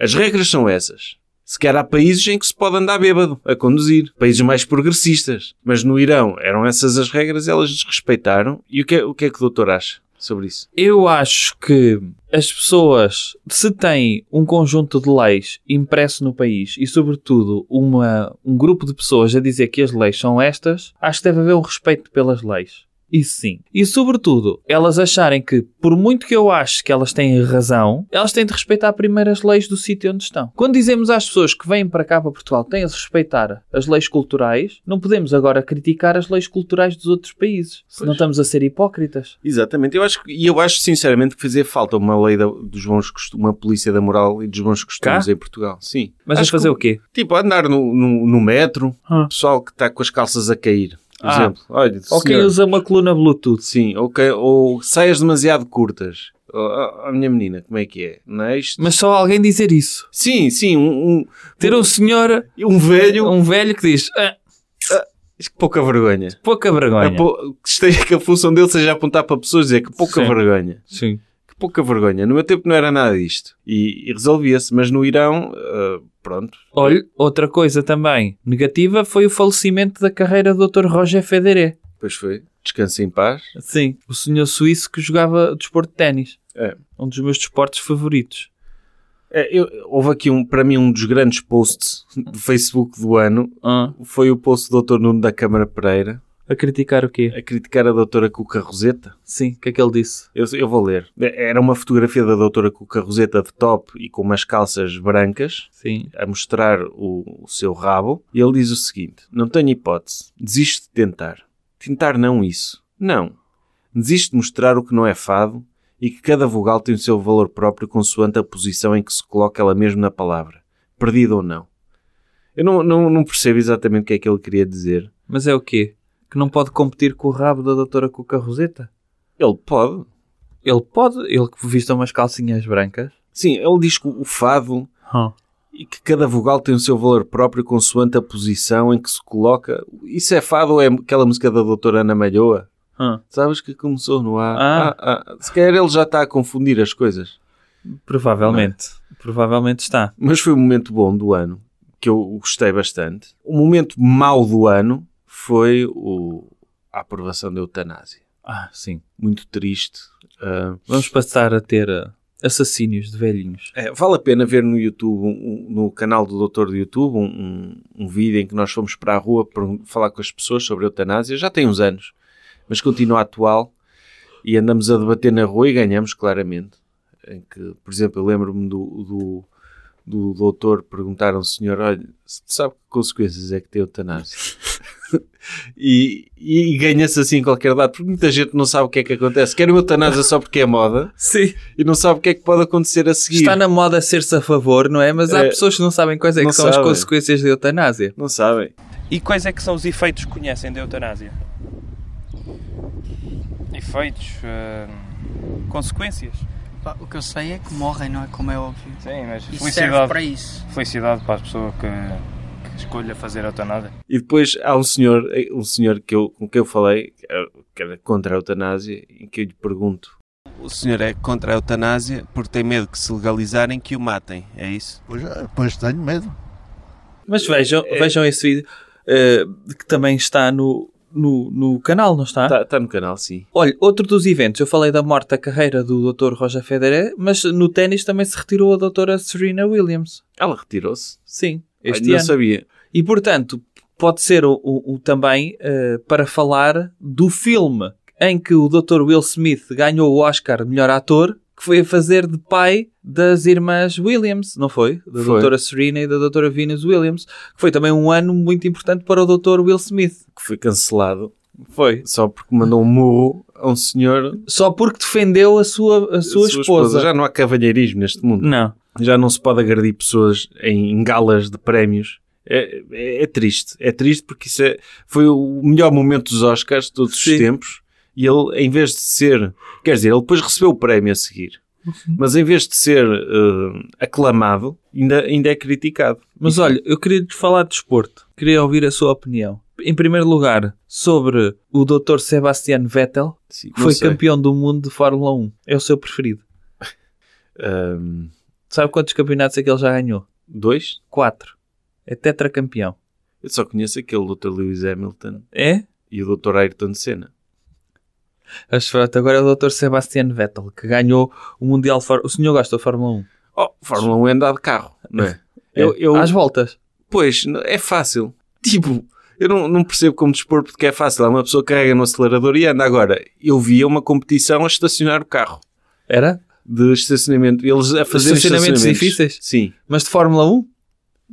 As regras são essas. Sequer há países em que se pode andar bêbado a conduzir, países mais progressistas. Mas no Irão eram essas as regras, elas desrespeitaram. E o que é, o que, é que o doutor acha sobre isso?
Eu acho que as pessoas, se têm um conjunto de leis impresso no país e, sobretudo, uma, um grupo de pessoas a dizer que as leis são estas, acho que deve haver um respeito pelas leis. Isso sim. E, sobretudo, elas acharem que, por muito que eu ache que elas têm razão, elas têm de respeitar primeiro as leis do sítio onde estão. Quando dizemos às pessoas que vêm para cá, para Portugal, têm de respeitar as leis culturais, não podemos agora criticar as leis culturais dos outros países, se não estamos a ser hipócritas.
Exatamente, eu acho, que- e eu acho sinceramente que fazia falta uma lei da- dos bons costumes, uma polícia da moral e dos bons costumes em Portugal. Sim.
Mas
Acho
a fazer
que-
o quê?
Tipo, andar no, no, no metro,
Ah.
pessoal que está com as calças a cair. Por
Ah.
exemplo, olha,
Ou quem
senhor,
usa uma coluna Bluetooth?
sim, ou, quem- ou saias demasiado curtas. A minha menina, como é que é? Não é isto?
Mas só alguém dizer isso.
Sim, sim, um,
Ter um senhor,
um, um velho.
um velho que diz "Ah,
Isto que pouca vergonha.
pouca
A
vergonha.
pou- que esteja- que a função dele seja apontar para pessoas e dizer que pouca
Sim.
vergonha.
Sim.
Que pouca vergonha. No meu tempo não era nada disto. E, e resolvia-se, mas no Irão, ah, pronto.
Olha, outra coisa também negativa foi o falecimento da carreira do Dr. Roger Federer.
Depois foi. Descansa em paz.
Sim. O senhor suíço que jogava desporto de ténis.
É.
Um dos meus desportos favoritos.
É, eu- houve aqui, um, para mim, um dos grandes posts do Facebook do ano.
Ah,
Foi o post do Dr. Nuno da Câmara Pereira.
a criticar o quê?
a criticar a doutora Cuca Roseta.
Sim, o que é que ele disse?
Eu, eu vou ler. Era uma fotografia da doutora Cuca Roseta de top e com umas calças brancas
Sim.
a mostrar o, o seu rabo. E ele diz o seguinte: Não tenho hipótese. Desisto de tentar. Tentar não isso. Não. Desisto de mostrar o que não é fado e que cada vogal tem o seu valor próprio consoante a posição em que se coloca ela mesma na palavra, perdida ou não. Eu não, não, não percebo exatamente o que é que ele queria dizer.
Mas é o quê? Que não pode competir com o rabo da doutora Cuca Roseta?
Ele pode.
Ele pode, ele que vista umas calcinhas brancas.
Sim, ele diz que o fado e que cada vogal tem o seu valor próprio consoante a posição em que se coloca. Isso é fado ou é aquela música da doutora Ana Malhoa?
Ah,
Sabes que começou no A.
Ah.
Ah, ah. Se calhar ele já está a confundir as coisas.
Provavelmente. Provavelmente está.
Mas foi um momento bom do ano, que eu gostei bastante. O momento mau do ano foi o- a aprovação da eutanásia.
Ah, sim.
Muito triste. Ah,
Vamos passar a ter ah, assassínios de velhinhos.
é, vale a pena ver no YouTube, um- um- no canal do Doutor do YouTube, um, um- um vídeo em que nós fomos para a rua para falar com as pessoas sobre a eutanásia. Já tem uns anos, mas continua atual. E andamos a debater na rua e ganhamos, claramente. Em que, por exemplo, eu lembro-me do, do, do doutor perguntar ao senhor: olha, sabe que consequências é que tem a eutanásia? e e, e ganha-se assim qualquer dado, porque muita gente não sabe o que é que acontece. Quer uma eutanásia só porque é moda
Sim.
e não sabe o que é que pode acontecer a seguir.
Está na moda ser-se a favor, não é? Mas há
É.
pessoas que não sabem quais é que
Não
são as
sabem.
consequências da eutanásia.
Não sabem.
E quais é que são os efeitos que conhecem da eutanásia?
Efeitos. eh,
Consequências?
Pá, O que eu sei é que morrem, não é? Como é óbvio.
Sim, mas
E serve
felicidade,
para isso.
felicidade para a pessoa que, que escolha fazer eutanásia.
E depois há um senhor, um senhor que eu, com quem eu falei, que era- que era contra a eutanásia, em que eu lhe pergunto.
O senhor é contra a eutanásia porque tem medo que se legalizarem que o matem, é isso?
Pois, é, pois tenho medo.
Mas vejam,
Eh,
vejam esse vídeo ah, que também está no, no, no canal, não está?
Está "Tá, no canal, sim.
Olha, outro dos eventos, eu falei da morte da carreira do Dr. Roger Federer, mas no ténis também se retirou a Dra. Serena Williams.
Ela retirou-se.
Sim,
Olha,
este
não
ano.
sabia.
E portanto, pode ser o, o- o também eh, para falar do filme em que o Dr. Will Smith ganhou o Oscar de melhor ator, que foi a fazer de pai das irmãs Williams, não foi? Da
Foi.
Dra. Serena e da Dra. Venus Williams, que foi também um ano muito importante para o Dr. Will Smith.
Que foi cancelado
Foi.
só porque mandou um murro a um senhor.
Só porque defendeu a sua, a sua, esposa.
Já não há cavalheirismo neste mundo.
Não.
Já não se pode agredir pessoas em, em galas de prémios. É, é- é triste. É triste porque isso é- foi o melhor momento dos Oscars de todos
Sim.
os tempos. E ele, em vez de ser. Quer dizer, ele depois recebeu o prémio a seguir.
Uhum.
Mas em vez de ser eh, aclamado, ainda, ainda é criticado.
Mas
Isso-
olha, eu queria te falar de desporto. Queria ouvir a sua opinião. Em primeiro lugar, sobre o Dr. Sebastian Vettel,
sim,
que
não
foi
sei.
campeão do mundo de Fórmula 1. É o seu preferido.
Ahm,
Sabe quantos campeonatos é que ele já ganhou?
dois?
Quatro. É tetracampeão.
Eu só conheço aquele Dr. Lewis Hamilton
É?
e o Dr. Ayrton Senna.
Acho que agora é o Dr. Sebastian Vettel, que ganhou o Mundial de Fórmula O senhor gosta da Fórmula 1?
Oh, Fórmula 1 é andar de carro, não é? Eu, eu,
Às voltas.
Pois, n- é fácil. Tipo, eu não, não percebo como dispor porque é fácil. Há uma pessoa que carrega no acelerador e anda. Agora, eu via uma competição a estacionar o carro
Era?
de estacionamento. Eles a fazer
Estacionamentos
estacionamentos,
difíceis?
Sim.
Mas de Fórmula 1?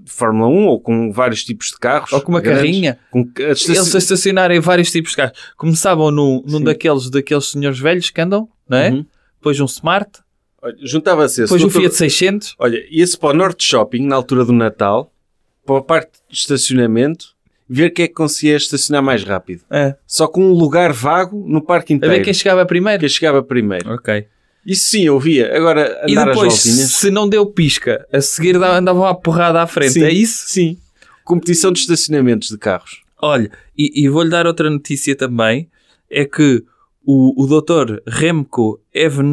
De Fórmula 1 ou com vários tipos de carros.
Ou com uma
grandes,
carrinha?
Com, ca- a estaci-
Eles a estacionarem vários tipos de carros. Começavam num, num
Sim.
daqueles, daqueles senhores velhos que andam, não é?
Uhum.
Depois um Smart,
Olha, Juntava-se esse.
depois um
doutor-
Fiat 600.
Olha, ia-se para o Norte Shopping na altura do Natal, para a parte de estacionamento, ver quem é que conseguia estacionar mais rápido.
É.
Só com um lugar vago no parque
A
inteiro.
ver quem chegava primeiro.
quem chegava primeiro.
Ok.
Isso sim, eu via. Agora,
E
andar
depois,
às voltinhas.
se não deu pisca, a seguir da- andavam à porrada à frente.
Sim,
É isso?
Sim. Competição de estacionamentos de carros.
Olha, e, e vou-lhe dar outra notícia também: é que o, o doutor Remco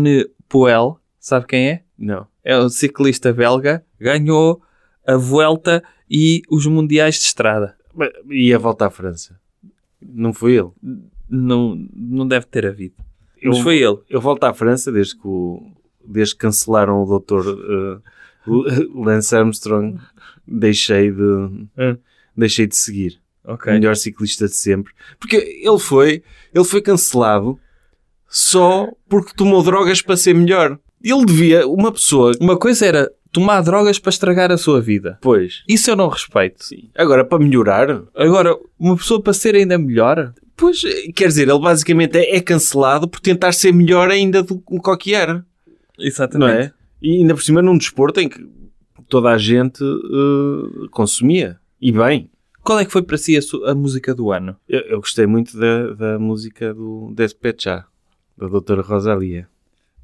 Evenepoel, sabe quem é?
Não.
É um ciclista belga, ganhou a Vuelta e os Mundiais de Estrada.
Mas Ia voltar à França. Não foi ele.
Não, não deve ter havido.
Eu,
Mas foi ele.
eu volto à França desde que, o- desde que cancelaram o doutor eh, Lance Armstrong. Deixei de,
Hum.
deixei de seguir.
Ok.
Melhor ciclista de sempre. Porque ele foi, ele foi cancelado só porque tomou drogas para ser melhor. Ele devia, uma pessoa,
Uma coisa era tomar drogas para estragar a sua vida.
pois,
Isso eu não respeito.
Sim. Agora, para melhorar,
Agora, uma pessoa para ser ainda melhor,
Pois, eh, quer dizer, ele basicamente é, é cancelado por tentar ser melhor ainda do que o que era, não
Exatamente.
é? E ainda por cima num desporto em que toda a gente eh, consumia. E bem,
Qual é que foi para si a, su- a música do ano?
eu, eu gostei muito da, da música do Despechá, da doutora Rosalia.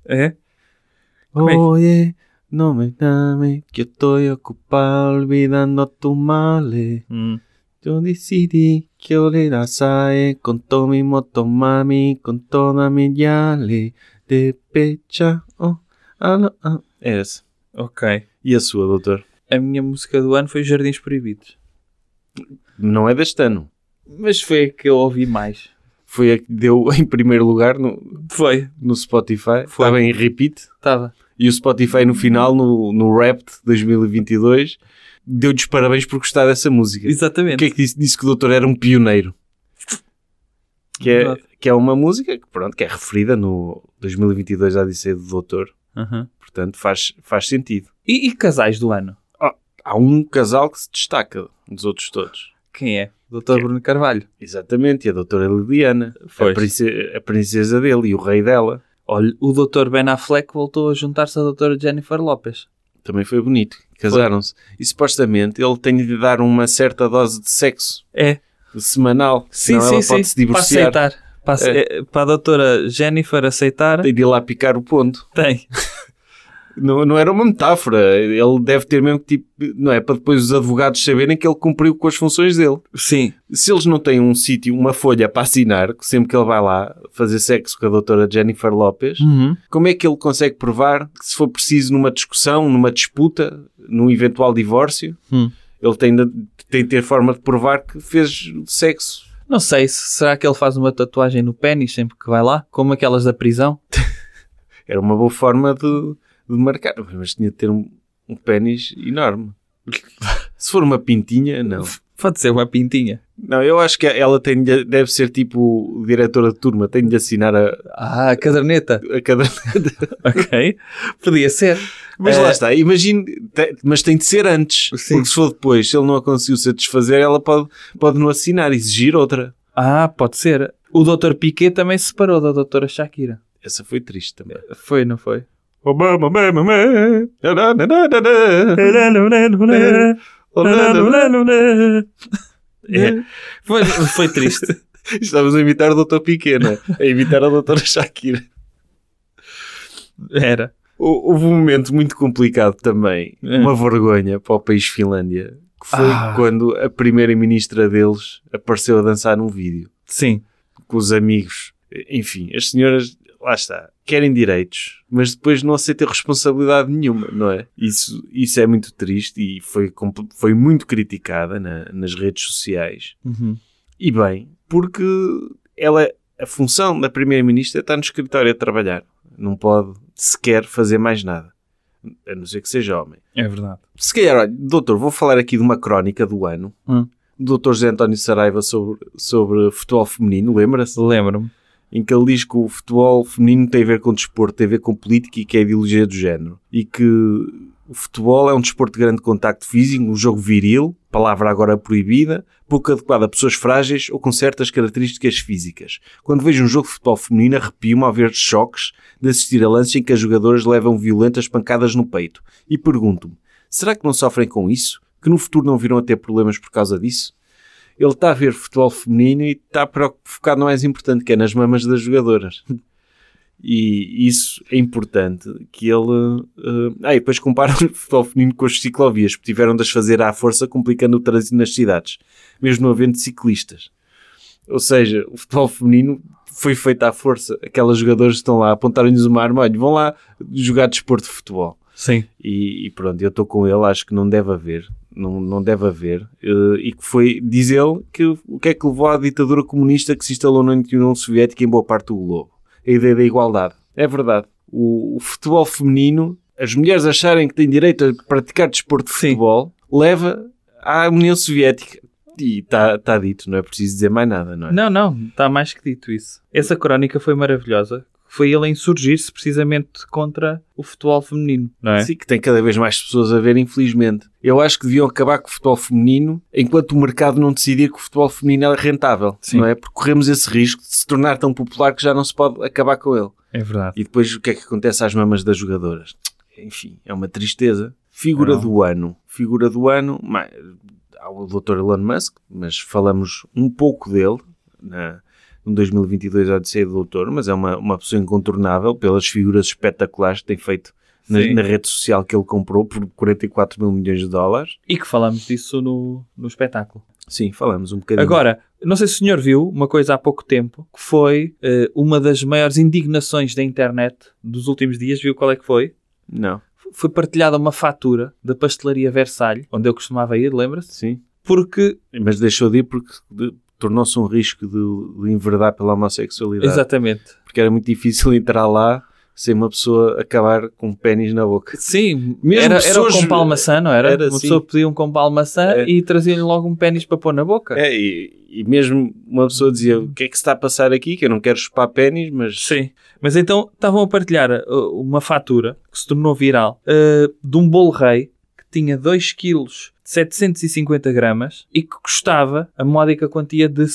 É? Como é que-
Oye, no me llame, que eu estou ocupado olvidando tu male.
Hum.
Yo decidí que olera sae con todo mi motomami, con toda mi yale, de pecha, oh, alo, ah. É essa.
Ok.
E a sua, doutor?
A minha música do ano foi Jardins Proibidos.
Não é deste ano.
Mas foi a que eu ouvi mais.
Foi a que deu em primeiro lugar no,
Foi.
no Spotify.
Foi.
Estava em repeat.
Estava.
E o Spotify no final, no, no Rapt 2022, deu-lhes parabéns por gostar dessa música. O que
Exatamente.
é que disse? Disse que o doutor era um pioneiro. Que é,
Verdade.
que é uma música que, pronto, que é referida no 2022 à Odisseia do Doutor.
Aham.
Portanto, faz, faz sentido.
E, e casais do ano?
Há um casal que se destaca dos outros todos.
Quem é? Dr. Bruno Carvalho.
Exatamente, e a doutora Liliana.
Pois.
A, prince- a princesa dele e o rei dela.
Olha, o Dr. Ben Affleck voltou a juntar-se à Dra. Jennifer Lopes.
Também foi bonito. Casaram-se. E supostamente ele tem de dar uma certa dose de sexo
É.
semanal. senão ela pode se
Para
divorciar.
aceitar. Para, ace- eh, para a doutora Jennifer aceitar,
Tem de ir lá picar o ponto.
tem.
Não, não era uma metáfora. Ele deve ter mesmo que, tipo, não é? Para depois os advogados saberem que ele cumpriu com as funções dele.
Sim.
Se eles não têm um sítio, uma folha para assinar, que sempre que ele vai lá fazer sexo com a doutora Jennifer Lopes,
Uhum.
como é que ele consegue provar que se for preciso numa discussão, numa disputa, num eventual divórcio,
Hum.
ele tem de, tem de ter forma de provar que fez sexo.
Não sei, se- será que ele faz uma tatuagem no pênis sempre que vai lá? Como aquelas da prisão?
Era uma boa forma de, de marcar, mas tinha de ter um, um pênis enorme. Se for uma pintinha, não.
Pode ser uma pintinha.
Não, eu acho que ela tem de- deve ser tipo diretora de turma, tem de assinar a,
Ah, caderneta.
a cada.
ok. Podia ser.
Mas
É.
lá está, imagine, te- mas tem de ser antes,
Sim.
porque se for depois, se ele não a conseguiu satisfazer, ela pode, pode não assinar, exigir outra.
Ah, pode ser. O Dr. Piquet também se separou da doutora Shakira.
Essa foi triste também.
Foi, não foi?
Oh,
É. Foi, foi triste.
Estávamos a imitar o Dr. Pequena, a imitar a Doutora Shakira.
Era.
Hou- Houve um momento muito complicado também,
É.
uma vergonha para o país Finlândia, que foi
Ah.
quando a primeira-ministra deles apareceu a dançar num vídeo.
Sim.
com os amigos. Enfim, as senhoras, lá está, querem direitos, mas depois não aceitam responsabilidade nenhuma, não é? Isso, isso é muito triste e foi, compl- foi muito criticada na- nas redes sociais.
Uhum.
E bem, porque ela, a função da Primeira-Ministra é estar no escritório a trabalhar, não pode sequer fazer mais nada, a não ser que seja homem.
É verdade.
Se calhar, olha, doutor, vou falar aqui de uma crónica do ano.
Hum.
do Doutor José António Saraiva sobre, sobre futebol feminino, lembra-se?
Lembro-me.
em que ele diz que o futebol feminino tem a ver com desporto, tem a ver com política e que é ideologia do género. E que o futebol é um desporto de grande contacto físico, um jogo viril, palavra agora proibida, pouco adequado a pessoas frágeis ou com certas características físicas. Quando vejo um jogo de futebol feminino, arrepio-me ao ver choques de assistir a lances em que as jogadoras levam violentas pancadas no peito. E pergunto-me, será que não sofrem com isso? Que no futuro não virão a ter problemas por causa disso? ele está a ver futebol feminino e está preocu- focado no mais importante, que é nas mamas das jogadoras. E isso é importante que ele. eh, ah, e depois compara o futebol feminino com as ciclovias, porque tiveram de as fazer à força, complicando o trânsito nas cidades, mesmo não havendo ciclistas. Ou seja, o futebol feminino foi feito à força. Aquelas jogadoras que estão lá, apontaram-lhes uma arma, olha, vão lá jogar desporto de futebol.
Sim.
E, e pronto, eu estou com ele, acho que não deve haver, não, não deve haver. eh, e que foi, diz ele, que o que é que levou à ditadura comunista que se instalou na União Soviética e em boa parte do globo? A ideia da igualdade. É verdade. O, o futebol feminino, as mulheres acharem que têm direito a praticar desporto de
Sim.
futebol, leva à União Soviética. E está tá dito, não é preciso dizer mais nada, não é?
tá Não, não, está mais que dito isso. Essa crónica foi maravilhosa. foi ele a insurgir-se precisamente contra o futebol feminino, não é?
Sim, que tem cada vez mais pessoas a ver, infelizmente. Eu acho que deviam acabar com o futebol feminino enquanto o mercado não decidir que o futebol feminino é rentável,
Sim.
não é? Porque corremos esse risco de se tornar tão popular que já não se pode acabar com ele.
É verdade.
E depois o que é que acontece às mamas das jogadoras? Enfim, é uma tristeza. Figura
Não.
do ano. Figura do ano. ma- Há o Dr. Elon Musk, mas falamos um pouco dele na, no 2022 há de ser do doutor, mas é uma, uma pessoa incontornável pelas figuras espetaculares que tem feito na,
Sim.
na rede social que ele comprou por 44 mil milhões de dólares.
E que falamos disso no, no espetáculo.
Sim, falamos um bocadinho.
Agora, não sei se o senhor viu uma coisa há pouco tempo, que foi eh, uma das maiores indignações da internet dos últimos dias. Viu qual é que foi?
Não.
Foi partilhada uma fatura da pastelaria Versalhes, onde eu costumava ir, lembra-se?
Sim.
Porque,
Mas deixou de ir porque de- tornou-se um risco de, de enverdar pela homossexualidade.
exatamente,
porque era muito difícil entrar lá sem uma pessoa acabar com um pênis na boca.
Sim,
Mesmo
era, era
pessoas-
o compal maçã, não era?
era
uma
assim.
pessoa pedia um compal maçã
É.
e trazia-lhe logo um pênis para pôr na boca.
É, e, e mesmo uma pessoa dizia: O que é que se está a passar aqui? Que eu não quero chupar pênis, mas.
Sim. Mas então estavam a partilhar uh, uma fatura que se tornou viral uh, de um bolo rei que tinha 2 kg 750 gramas e que custava a módica quantia de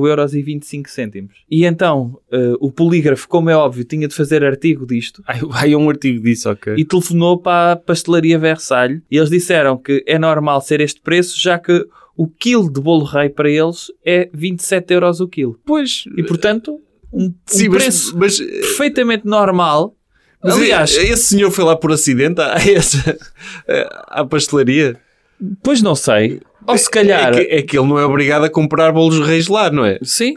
74,25€. E então uh, o polígrafo, como é óbvio, tinha de fazer artigo disto
Ai, vai um artigo disso, ok.
e telefonou para a pastelaria Versalhes e eles disseram que é normal ser este preço, já que o quilo de bolo rei para eles é 27 euros o quilo.
Pois.
E portanto, um, um
Sim, mas-
preço
mas,
perfeitamente normal.
mas é-
Aliás,
e- esse senhor foi lá por acidente à, a essa, à pastelaria.
pois não sei, ou se calhar,
É que, é que ele não é obrigado a comprar bolos reis lá, não é?
sim,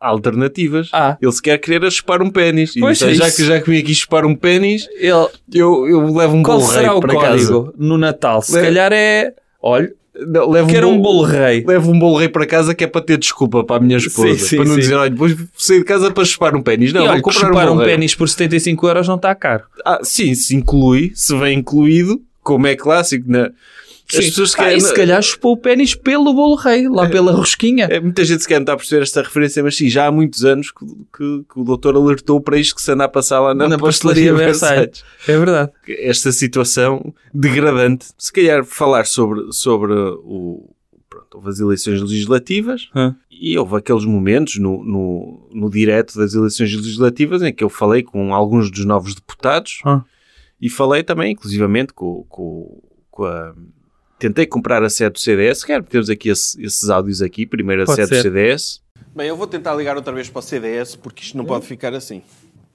Há alternativas.
ah,
Ele se quer querer a chupar um pênis. E
Pois
disse,
é
já
isso.
que já que vim aqui chupar um pênis,
ele,
eu, eu levo um
qual
bolo rei
será o
para casa.
código no Natal? Se
Le-
calhar é, olha,
Não, levo
quero um bolo rei.
Levo um É bolo rei para casa que é para ter desculpa para a minha esposa.
Sim, sim,
para não
sim.
dizer, olha, depois saí de casa para chupar um pênis. Não,
e olha,
vou
que
comprar
chupar
um
um
bolo rei.
pênis por 75 euros não está caro.
Ah, sim, se inclui, se vem incluído, como é clássico. Na... As pessoas se
ah,
calhar,
e se calhar chupou o pênis pelo bolo rei, lá pela rosquinha.
É, Muita gente se calhar não está a perceber esta referência, mas sim, já há muitos anos que, que- que o doutor alertou para isto que se anda a passar lá na,
Na
pastelaria
pastelaria
Versalhes.
É verdade.
Esta situação degradante. Se calhar falar sobre, sobre o... Pronto, houve as eleições legislativas, E houve aqueles momentos no, no, no direto das eleições legislativas em que eu falei com alguns dos novos deputados
Ah.
e falei também, inclusivamente, com, com, com a. Tentei comprar a sede do CDS, quero temos aqui esse- esses áudios aqui, primeiro a
Pode
sede do
ser.
CDS.
Bem, eu vou tentar ligar outra vez para o CDS, porque isto não pode ficar assim.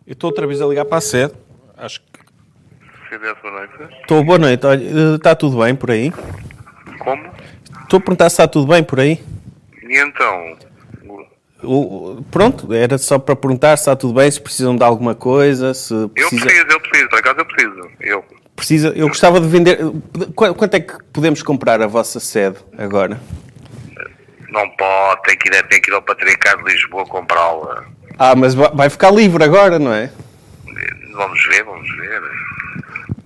Eu estou outra vez a ligar para a sede. Acho que...
CDS da é noite?
Estou, boa noite. Olha, eh, está tudo bem por aí?
Como?
Estou a perguntar se está tudo bem por aí.
E então?
O- o- pronto, era só para perguntar se está tudo bem, se precisam de alguma coisa, se
Eu
precisa...
preciso, eu preciso, por acaso eu preciso. Eu.
precisa eu gostava de vender... Qu- Quanto é que podemos comprar a vossa sede agora?
Não pode, tem que ir, tem que ir ao Patriarcado de Lisboa comprá-la.
Ah, mas va- vai ficar livre agora, não é?
Vamos ver, vamos ver.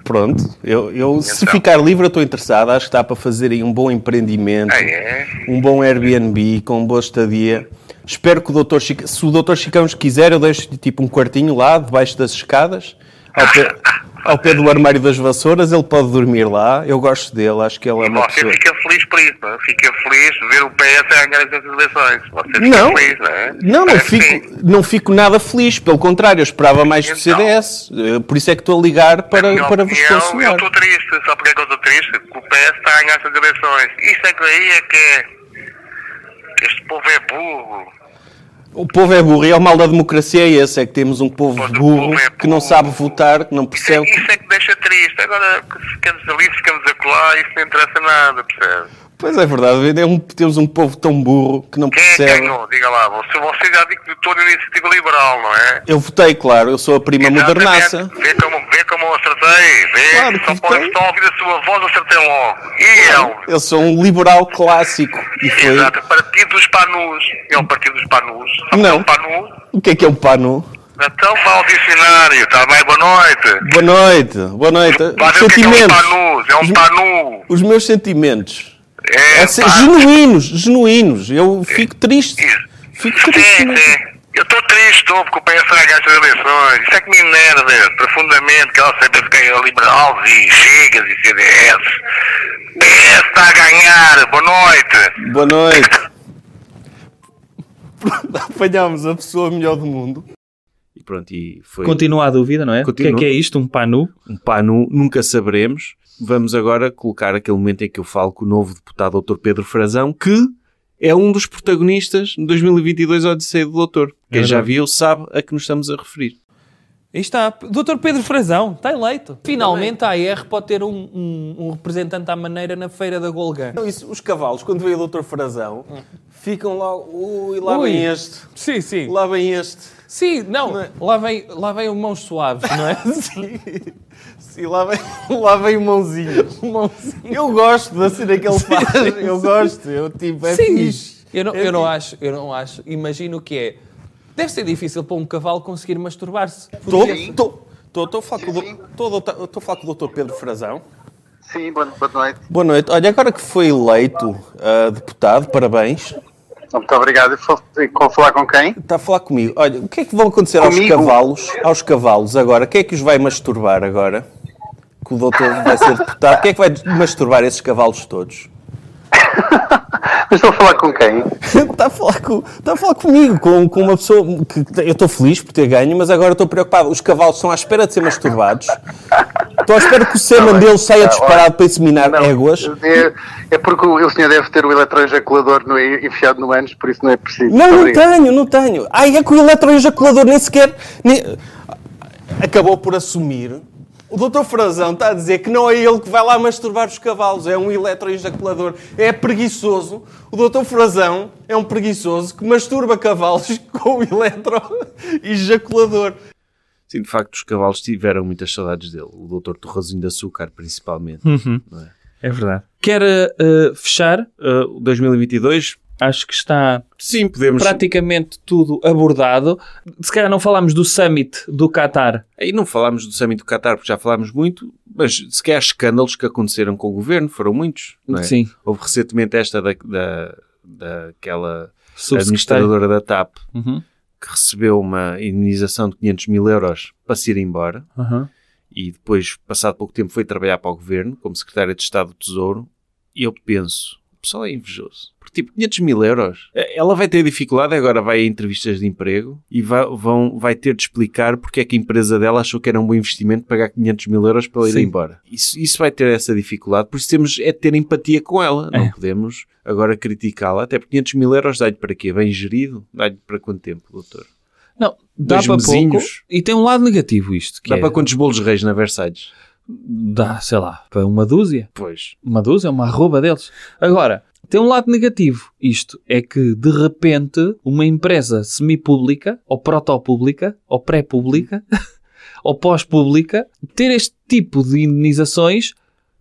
Pronto, eu, eu se
Então.
ficar livre eu estou interessado, acho que dá para fazer aí um bom empreendimento.
Ah, é?
um bom Airbnb com boa estadia. Espero que o Dr. Chica... Se o Dr. Chicamos quiser, eu deixo tipo um quartinho lá, debaixo das escadas, ao pé, ao pé do armário das vassouras. Ele pode dormir lá. Eu gosto dele, acho que ele é
E
uma
você
pessoa.
fica feliz por isso, não é? Fica feliz de ver o PS a ganhar essas eleições. Você fica
Não.
feliz, não é?
Não, não
Parece que
fico,
sim.
não fico nada feliz. Pelo contrário, eu esperava mais do
Então.
CDS. Eh, Por isso é que estou a ligar
Na
para,
minha
para vos
opinião, Eu
consolar.
estou triste, sabe porque é que eu estou triste? Porque o PS está a ganhar essas eleições. Isso é que aí é que é. que Este povo é burro.
O povo é burro e é o mal da democracia. É esse, é que temos um povo
Mas o
burro
povo é
que não
burro.
sabe votar, que não
Isso é,
percebe.
isso é que deixa triste. Agora, ficamos ali, ficamos a colar, isso não interessa nada, percebe?
Pois é verdade, é um- temos um povo tão burro que não
Quem é que
percebe.
ganhou? Diga lá, você, você já disse que votou na iniciativa liberal, não é?
Eu votei, claro, eu sou a prima modernaça.
Exatamente. Vê como, vê como eu acertei, vê.
Claro que
só, pode,
votei.
só ouvir a sua voz, acertei logo. E eu?
Eu sou um liberal clássico. E foi.
Exato, é Partido dos Panus. É o Partido dos Panus. Sabe
Não.
o que é o Panus?
O que é que é um pano?
Então vá ao dicionário, tá bem? Boa noite.
Boa noite, boa noite.
Vá ver o que é, que é um Panus. É um Panu.
Os meus sentimentos.
É,
É ser-
pá.
genuínos, genuínos. Eu fico triste.
Isso.
Fico
Sim,
triste. mesmo.
sim. Eu estou triste, estou, porque o PS vai é ganhar as eleições. Isso é que me enerva profundamente, que ela sempre fica liberal e chegas e CDS. PS está tá a ganhar, boa noite.
Boa noite. Apanhámos a pessoa melhor do mundo.
E pronto, e foi
Continua a dúvida, não é?
Continua.
O que é que é isto? Um panu?
um pano, nunca saberemos. Vamos agora colocar aquele momento em que eu falo com o novo deputado Dr. Pedro Frazão, que é um dos protagonistas de 2022 Odisseia do Doutor. Quem já viu sabe a que nos estamos a referir.
Aí está, Dr. Pedro Frazão, está eleito. Finalmente a AR pode ter um, um- um representante à maneira na feira da Golgã.
Não, isso, os cavalos, quando veio o Dr. Frazão, ficam logo. Ui, lá
Ui.
vem este.
Sim, sim.
Lá vem este. é?
Sim, não, lá vem, lá vem o Mãos Suaves, não é?
Sim. Sim, lá vem, lá vem mãozinhas.
Mãozinho.
Eu gosto da cena que ele faz. Eu gosto. Eu tipo, é fixe.
Eu não,
É
eu não
fixe.
acho, eu não acho. Imagino que é. Deve ser difícil para um cavalo conseguir masturbar-se.
Estou a falar com o do- tô a doutor- tô a falar com o Dr. Pedro Frazão.
Sim, boa, boa noite.
Boa noite. Olha, agora que foi eleito ah, deputado, parabéns.
Muito obrigado. E fal- e com falar com quem?
Está a falar comigo. Olha, o que é que vão acontecer aos
Comigo?
cavalos? Aos cavalos agora. Quem é que os vai masturbar agora? Que o doutor vai ser deputado. Quem é que vai masturbar esses cavalos todos?
Mas estou a falar com quem? Então,
Está Tá a falar, com- está a falar comigo, com, com uma pessoa que que eu estou feliz por ter ganho, mas agora estou preocupado. Os cavalos estão à espera de ser masturbados. Estou à espera que o semen deles saia disparado para inseminar éguas.
É, é porque o o senhor deve ter o eletroejaculador no, enfiado no ânus, por isso não é preciso.
Não, não
Obrigado.
tenho, não tenho. Ai, é que o eletroejaculador nem sequer. nem- Acabou por assumir. O doutor Frazão está a dizer que não é ele que vai lá masturbar os cavalos, é um eletroejaculador. É preguiçoso. O doutor Frazão é um preguiçoso que masturba cavalos com o eletroejaculador.
Sim, de facto, os cavalos tiveram muitas saudades dele. O doutor Torrazinho de Açúcar, principalmente.
É verdade. Quer eh, fechar?
Ah, o 2022,
Acho que está
sim, podemos...
praticamente tudo abordado. Se calhar não falámos do summit do Qatar.
Aí não falámos do Summit do Qatar, porque já falámos muito, mas se calhar escândalos que aconteceram com o governo, foram muitos. não é?
Sim.
Houve recentemente esta da, da, daquela
É
Subsecretário.
administradora da TAP,
Uhum.
que recebeu uma indenização de 500 mil euros para se ir embora
Uhum.
Aham.
e depois, passado pouco tempo, foi trabalhar para o governo como secretária de Estado do Tesouro. E eu penso, o pessoal é invejoso. Porque, tipo, 500 mil euros. Eh, Ela vai ter dificuldade, agora vai a entrevistas de emprego e vai, vão, vai ter de explicar porque é que a empresa dela achou que era um bom investimento pagar 500 mil euros para ela ir
Sim.
embora. Isso, isso vai ter essa dificuldade, por isso temos é de ter empatia com ela. Não podemos agora criticá-la, até porque 500 mil euros dá-lhe para quê? Bem gerido? Dá-lhe para quanto tempo, doutor?
Não, dá
Dois
para pouco.
mesinhos.
E tem um lado negativo isto. Que
Dá
é-
para quantos bolos reis na Versalhes?
Dá, sei lá, para uma dúzia.
Pois.
uma dúzia, é uma arroba deles. Agora, tem um lado negativo isto, é que de repente uma empresa semipública, ou protopública, ou pré-pública, ou pós-pública, ter este tipo de indenizações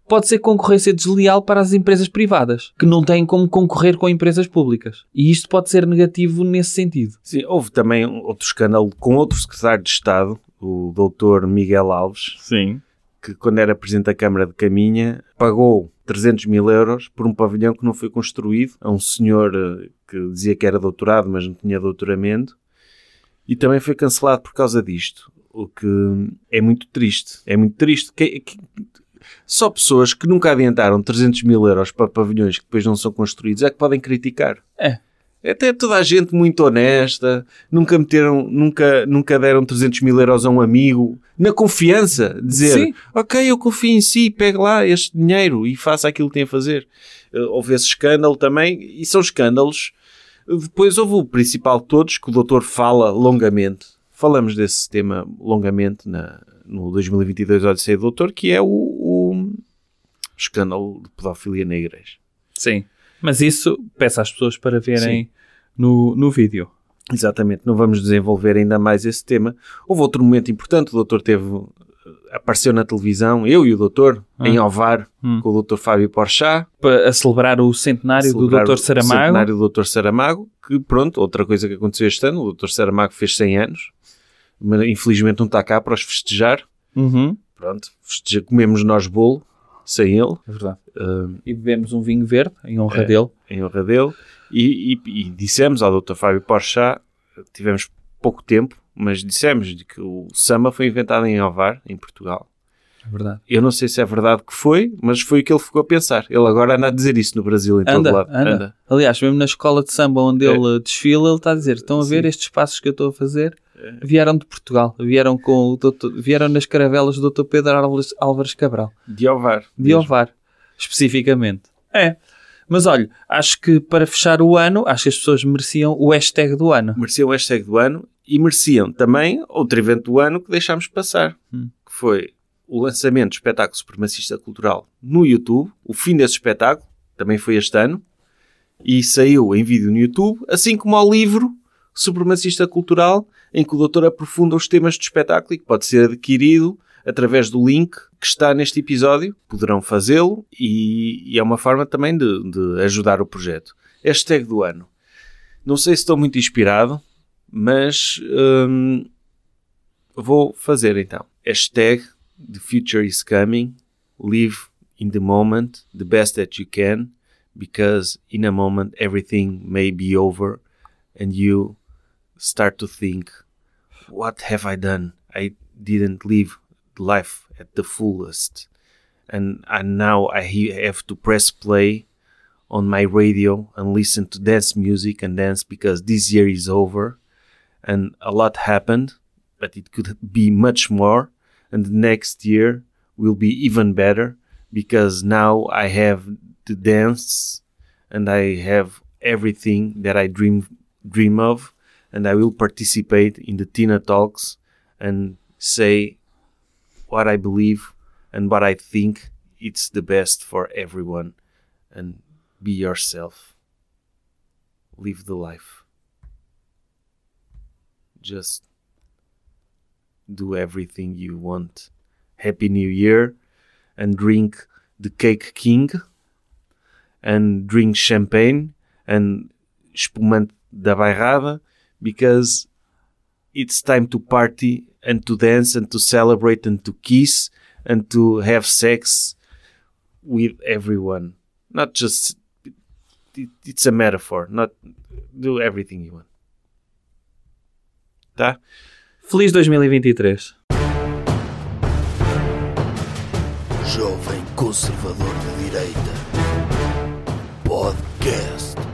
pode ser concorrência desleal para as empresas privadas, que não têm como concorrer com empresas públicas. E isto pode ser negativo nesse sentido.
Sim, houve também um outro escândalo com outro secretário de Estado, o doutor Miguel Alves,
Sim.
que quando era presidente da Câmara de Caminha pagou 300 mil euros por um pavilhão que não foi construído a um senhor eh, que dizia que era doutorado, mas não tinha doutoramento, e também foi cancelado por causa disto, o que é muito triste. É muito triste. Que- que- só pessoas que nunca adiantaram 300 mil euros para pavilhões que depois não são construídos é que podem criticar.
É.
Até toda a gente muito honesta, nunca meteram, nunca, nunca deram 300 mil euros a um amigo, na confiança, dizer,
Sim.
ok, eu confio em si, pegue lá este dinheiro e faça aquilo que tem a fazer. Eh, Houve esse escândalo também, e são escândalos. Depois houve o principal de todos, que o doutor fala longamente, falamos desse tema longamente na, no 2022 Odisseia do Doutor, que é o, o escândalo de pedofilia na igreja.
Sim. Mas isso peço às pessoas para
Sim.
verem no, no vídeo.
Exatamente, não vamos desenvolver ainda mais esse tema. Houve outro momento importante, o doutor teve, eh, apareceu na televisão, eu e o doutor, em Ovar,
Hum.
com o doutor Fábio Porchat,
Para a celebrar o centenário
celebrar
do
o
Dr. Saramago.
centenário do Dr. Saramago, que pronto, outra coisa que aconteceu este ano, o Dr. Saramago fez 100 anos, mas infelizmente não está cá para os festejar,
Uhum.
pronto, festejar, comemos nós bolo, sem ele,
É verdade.
ah,
E bebemos um vinho verde em honra dele.
em honra dele, e, e- e dissemos ao Dr. Fábio Porchat, tivemos pouco tempo, mas dissemos de que o samba foi inventado em Ovar, em Portugal.
É verdade.
Eu não sei se é verdade que foi, mas foi o que ele ficou a pensar. Ele agora anda a dizer isso no Brasil em
Anda,
todo lado.
anda, Aliás, mesmo na escola de samba onde ele eh, desfila, ele está a dizer: estão a ver estes passos que eu estou a fazer? Vieram de Portugal, vieram com o doutor, vieram nas caravelas do Dr. Pedro Álvares, Álvares Cabral,
De Ovar.
de Ovar, especificamente. É. Mas olha, acho que para fechar o ano, acho que as pessoas mereciam o hashtag do ano.
Mereciam o hashtag do ano e mereciam também outro evento do ano que deixámos passar,
Hum.
que foi o lançamento do espetáculo Supremacista Cultural no YouTube, o fim desse espetáculo, também foi este ano, e saiu em vídeo no YouTube, assim como ao livro Supremacista Cultural, em que o doutor aprofunda os temas do espetáculo e que pode ser adquirido através do link que está neste episódio. Poderão fazê-lo e, e é uma forma também de, de ajudar o projeto. Hashtag do ano. Não sei se estou muito inspirado, mas hum, vou fazer então. Hashtag The Future is Coming. Live in the moment the best that you can, because in a moment everything may be over and you start to think, what have I done? I didn't live life at the fullest. And, and now I he- have to press play on my radio and listen to dance music and dance because this year is over and a lot happened, but it could be much more. And the next year will be even better because now I have the dance and I have everything that I dream dream of, and I will participate in the Tina talks and say what I believe and what I think it's the best for everyone. And be yourself. Live the life. Just do everything you want. Happy New Year and drink the Cake King and drink champagne and espumante da bairrada because it's time to party and to dance and to celebrate and to kiss and to have sex with everyone. Not just it, it's a metaphor. Not do everything you want. Tá?
Feliz 2023.
Jovem Conservador de Direita. Podcast.